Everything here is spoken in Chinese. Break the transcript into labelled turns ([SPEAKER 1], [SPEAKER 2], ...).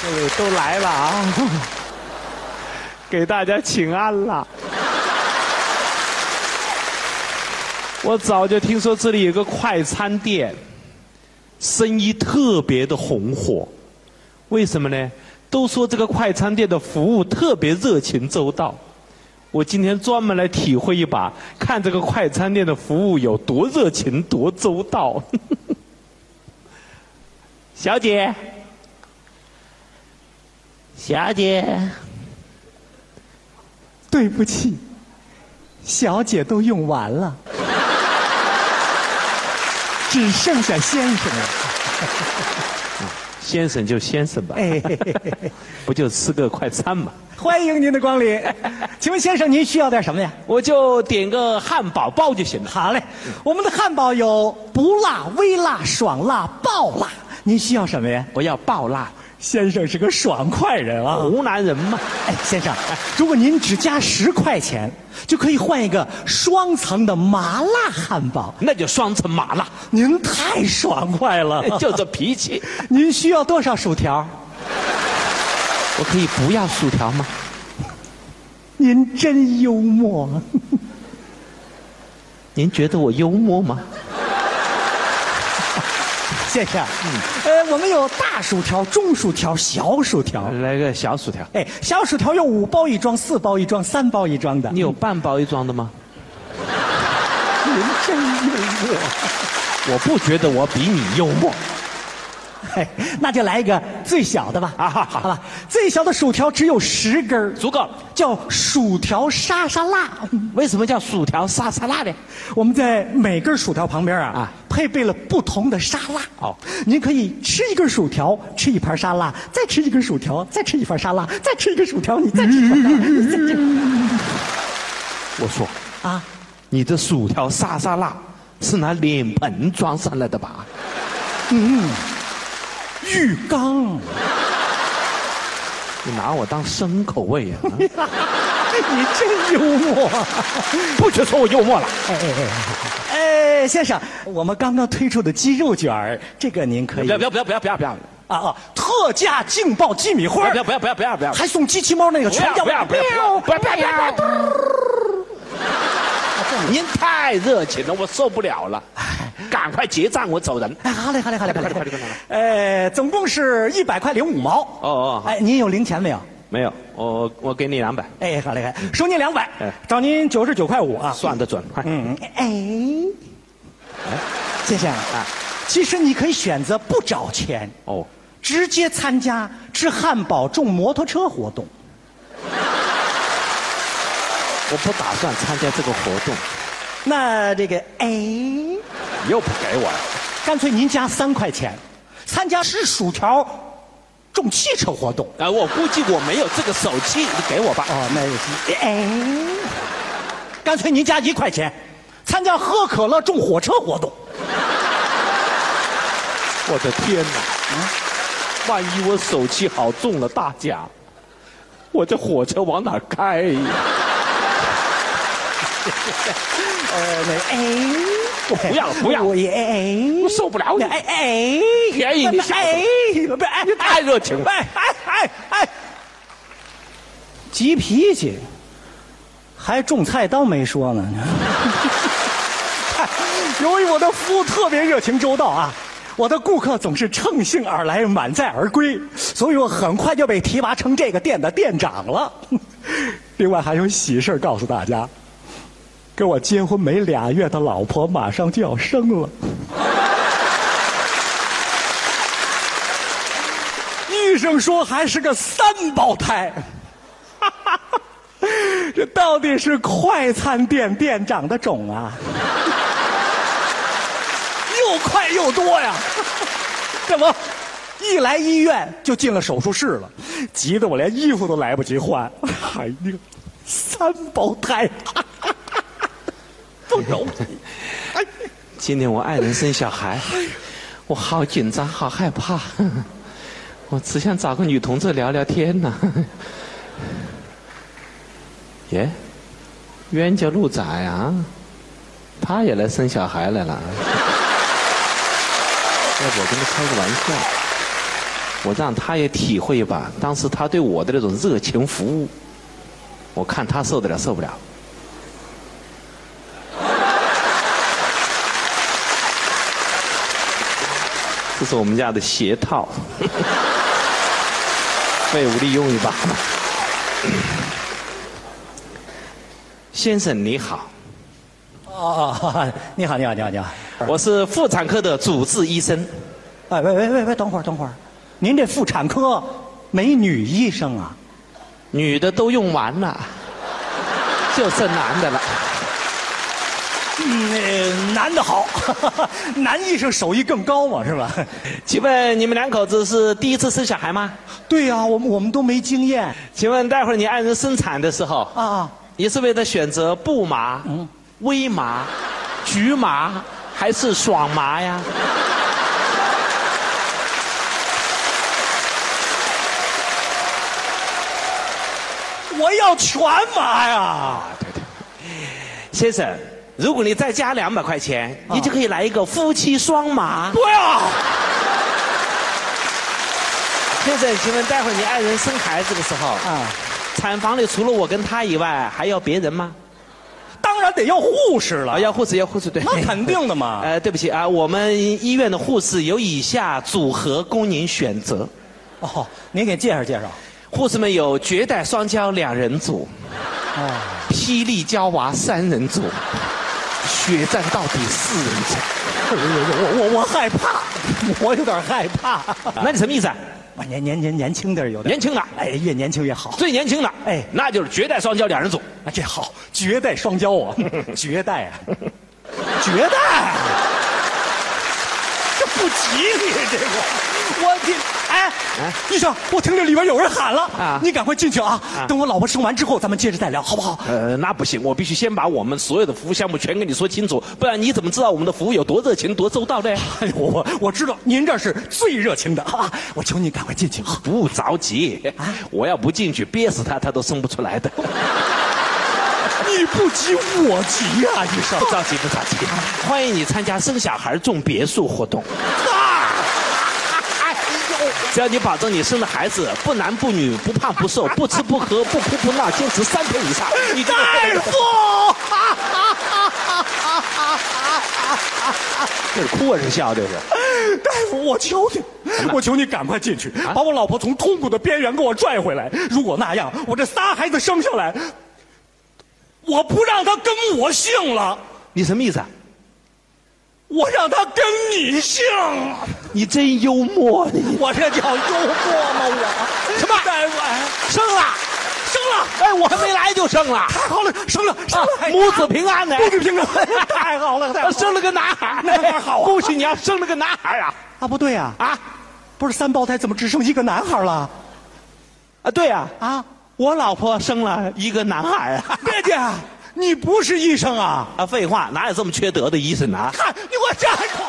[SPEAKER 1] 各位都来了啊，给大家请安了。我早就听说这里有个快餐店，生意特别的红火，为什么呢？都说这个快餐店的服务特别热情周到。我今天专门来体会一把，看这个快餐店的服务有多热情、多周到。 小姐，小姐，
[SPEAKER 2] 对不起，小姐都用完了， 只剩下先生了。
[SPEAKER 1] 先生就先生吧，
[SPEAKER 2] 哎，嘿嘿嘿
[SPEAKER 1] 不就吃个快餐嘛？
[SPEAKER 2] 欢迎您的光临，请问先生您需要点什么呀？
[SPEAKER 1] 我就点个汉堡包就行了。
[SPEAKER 2] 好嘞，我们的汉堡有不辣、微辣、爽辣、爆辣，您需要什么呀？
[SPEAKER 1] 我要爆辣，
[SPEAKER 2] 先生是个爽快人啊。
[SPEAKER 1] 湖南人嘛，
[SPEAKER 2] 哎，先生，如果您只加十块钱，就可以换一个双层的麻辣汉 堡。
[SPEAKER 1] 那就双层麻 辣，，
[SPEAKER 2] 您太爽快了
[SPEAKER 1] 就这脾气。
[SPEAKER 2] 您需要多少薯条？
[SPEAKER 1] 我可以不要薯条吗？
[SPEAKER 2] 您真幽默，啊
[SPEAKER 1] 您觉得我幽默吗？
[SPEAKER 2] 先生。呃，我们有大薯条、中薯条、小薯条。
[SPEAKER 1] 来个小薯条，
[SPEAKER 2] 哎，小薯条有五包一装、四包一装、三包一装的。
[SPEAKER 1] 你有半包一装的吗？
[SPEAKER 2] 您真幽 默。啊
[SPEAKER 1] 我不觉得我比你幽默。
[SPEAKER 2] 嘿，哎那就来一个最小的吧。
[SPEAKER 1] 啊
[SPEAKER 2] 啊，
[SPEAKER 1] 好好
[SPEAKER 2] 好吧，最小的薯条只有十根儿
[SPEAKER 1] 足够了。
[SPEAKER 2] 叫薯条沙沙辣。
[SPEAKER 1] 为什么叫薯条沙沙拉呢？
[SPEAKER 2] 我们在每根薯条旁边啊，
[SPEAKER 1] 啊
[SPEAKER 2] 配备了不同的沙拉。
[SPEAKER 1] 哦
[SPEAKER 2] 您可以吃一根薯条，吃一盘沙拉，再吃一根薯条，再吃一盘沙拉，再吃一根薯条，你再吃一盘沙拉你再吃
[SPEAKER 1] 我说，
[SPEAKER 2] 啊。
[SPEAKER 1] 你的薯条沙沙拉是拿脸盆装上来的吧？
[SPEAKER 2] 浴 缸，
[SPEAKER 1] 你拿我当牲口喂呀、啊？
[SPEAKER 2] 你真幽默。
[SPEAKER 1] 不许说我幽默了。
[SPEAKER 2] 哎，先生，我们刚刚推出的鸡肉卷儿，这个您可以
[SPEAKER 1] 不要不要不要不要不要不要！
[SPEAKER 2] 啊啊，特价劲爆鸡米花儿
[SPEAKER 1] 不要不要不要不要不要！
[SPEAKER 2] 还送机器猫那个全家
[SPEAKER 1] 不要不要不要不要不要不要！您太热情了，我受不了了，赶快结账，我走人。
[SPEAKER 2] 哎，好嘞，好嘞，好嘞，好
[SPEAKER 1] 快
[SPEAKER 2] 嘞，
[SPEAKER 1] 点快点快点
[SPEAKER 2] 呃，总共是一百块零五毛。
[SPEAKER 1] 哦哦好
[SPEAKER 2] 哎，您有零钱没有？
[SPEAKER 1] 没有，我我给你两百，
[SPEAKER 2] 哎，好嘞，好嘞收您两百
[SPEAKER 1] 哎，
[SPEAKER 2] 找您九十九块五啊。
[SPEAKER 1] 算得准。嗯，
[SPEAKER 2] 嗯，哎，先生啊，其实你可以选择不找钱，
[SPEAKER 1] 哦，
[SPEAKER 2] 直接参加吃汉堡中摩托车活动。
[SPEAKER 1] 我不打算参加这个活动，
[SPEAKER 2] 那这个哎，
[SPEAKER 1] 又不给我了。
[SPEAKER 2] 干脆您加三块钱，参加吃薯条中汽车活动。
[SPEAKER 1] 啊，我估计我没有这个手气，你给我吧。
[SPEAKER 2] 哦，那也行。哎，干脆您加一块钱，参加喝可乐中火车活动。
[SPEAKER 1] 我的天哪！万一我手气好中了大奖，我这火车往哪开呀？
[SPEAKER 2] 呃，那哎，我
[SPEAKER 1] 不要了不要了
[SPEAKER 2] 我也哎，
[SPEAKER 1] 我受不了你！
[SPEAKER 2] 哎哎，
[SPEAKER 1] 便宜你小子
[SPEAKER 2] 哎，不哎，
[SPEAKER 1] 你太热情了
[SPEAKER 2] 哎哎哎哎，急脾气，还中菜刀没说呢。 由于我的服务特别热情周到啊，我的顾客总是乘兴而来，满载而归，所以我很快就被提拔成这个店的店长了。 另外还有喜事儿告诉大家，跟我结婚没俩月的老婆马上就要生了。医生说还是个三胞胎，这到底是快餐店店长的种啊，又快又多呀！这不，一来医院就进了手术室了，急得我连衣服都来不及换。哎呀，三胞胎，不容易。
[SPEAKER 1] 今天我爱人生小孩，我好紧张，好害怕。 我只想找个女同志聊聊天呢。 耶，冤家路窄啊！他也来哎生小 孩来了。要不我跟他开个玩笑？我让他也体会一把当时他对我的那种热情服务，我看他受得了受不了。这是我们家的鞋套， 废物利用一把嘛。先生你好，
[SPEAKER 2] 哦哦，你好，你好，你好，你好。
[SPEAKER 1] 我是妇产科的主治医生。
[SPEAKER 2] 哎，喂喂喂喂，等会儿，等会儿，您这妇产科没女医生啊？
[SPEAKER 1] 女的都用完了，就剩男的了。
[SPEAKER 2] 嗯，呃男的好， 男医生手艺更高嘛，是吧？
[SPEAKER 1] 请问你们两口子是第一次生小孩吗？
[SPEAKER 2] 对呀、我们我们都没经验
[SPEAKER 1] 请问待会儿你爱人生产的时候，
[SPEAKER 2] 啊。
[SPEAKER 1] 你是为了选择布麻、微麻、局麻还是爽麻呀？
[SPEAKER 2] 我要全麻呀！
[SPEAKER 1] 先生，如果你再加两百块钱，
[SPEAKER 2] 啊
[SPEAKER 1] 你就可以来一个夫妻双麻。
[SPEAKER 2] 不要，
[SPEAKER 1] 先生，请问待会儿你爱人生孩子的时候，
[SPEAKER 2] 啊
[SPEAKER 1] 产房里除了我跟他以外，还要别人吗？
[SPEAKER 2] 当然得要护士了
[SPEAKER 1] 啊，。要护士，要护士，对，
[SPEAKER 2] 那肯定的嘛
[SPEAKER 1] 呃，对不起啊，我们医院的护士有以下组合供您选择：
[SPEAKER 2] 哦，您给介绍介绍。
[SPEAKER 1] 护士们有绝代双骄两人组，
[SPEAKER 2] 哦，
[SPEAKER 1] 霹雳娇娃三人组，血战到底四人
[SPEAKER 2] 啊
[SPEAKER 1] 组。
[SPEAKER 2] 哎我我我害怕，我有点害怕。
[SPEAKER 1] 那你什么意思？啊？
[SPEAKER 2] 我年年年年轻点有点
[SPEAKER 1] 年轻的，
[SPEAKER 2] 哎，越年轻越好。
[SPEAKER 1] 最年轻的，
[SPEAKER 2] 哎
[SPEAKER 1] 那就是绝代双骄两人组。
[SPEAKER 2] 啊，这好，绝代双骄啊，绝代啊，绝代、啊，这不吉利，啊这个，我你哎，医生，我听着里边有人喊了，
[SPEAKER 1] 啊
[SPEAKER 2] 你赶快进去啊，
[SPEAKER 1] 啊
[SPEAKER 2] 等我老婆生完之后，咱们接着再聊，好不好？
[SPEAKER 1] 呃，那不行，我必须先把我们所有的服务项目全跟你说清楚，不然你怎么知道我们的服务有多热情、多周到呢？
[SPEAKER 2] 哎呦，我我知道您这是最热情的啊，我求你赶快进去啊。
[SPEAKER 1] 不着急，我要不进去憋死他，他都生不出来的。
[SPEAKER 2] 你不急我急啊，医生
[SPEAKER 1] 不。着急，不着急。欢迎你参加生小孩种别墅活动，
[SPEAKER 2] 哎呦，
[SPEAKER 1] 只要你保证你生的孩子不男不女、不胖不瘦、不吃不喝、不哭不闹，坚持三天以上，你就
[SPEAKER 2] 大
[SPEAKER 1] 会
[SPEAKER 2] 夫。
[SPEAKER 1] 这是哭啊还是笑？这是。
[SPEAKER 2] 大夫， 我求你，我求你赶快进去，
[SPEAKER 1] 啊
[SPEAKER 2] 把我老婆从痛苦的边缘给我拽回来。如果那样，我这仨孩子生下来，我不让他跟我姓了，
[SPEAKER 1] 你什么意思啊？
[SPEAKER 2] 我让他跟你姓。
[SPEAKER 1] 你真幽默，你
[SPEAKER 2] 我这叫幽默吗？我什么？大夫，哎，
[SPEAKER 1] 生了，
[SPEAKER 2] 生了，
[SPEAKER 1] 哎，我还没来就生了，
[SPEAKER 2] 太好了，生了，生了，哎
[SPEAKER 1] 啊母子平安呢。
[SPEAKER 2] 母子平安， 太好了，太好了。
[SPEAKER 1] 啊生了个男孩，
[SPEAKER 2] 那好啊
[SPEAKER 1] 恭喜你要生了个男孩啊！
[SPEAKER 2] 啊，不对呀、啊，
[SPEAKER 1] 啊
[SPEAKER 2] 不是三胞胎，怎么只生一个男孩了？
[SPEAKER 1] 啊，对呀、啊，
[SPEAKER 2] 啊，
[SPEAKER 1] 我老婆生了一个男孩 啊！
[SPEAKER 2] 别介，你不是医生啊？
[SPEAKER 1] 啊，废话，哪有这么缺德的医生啊？
[SPEAKER 2] 看，你给我站住！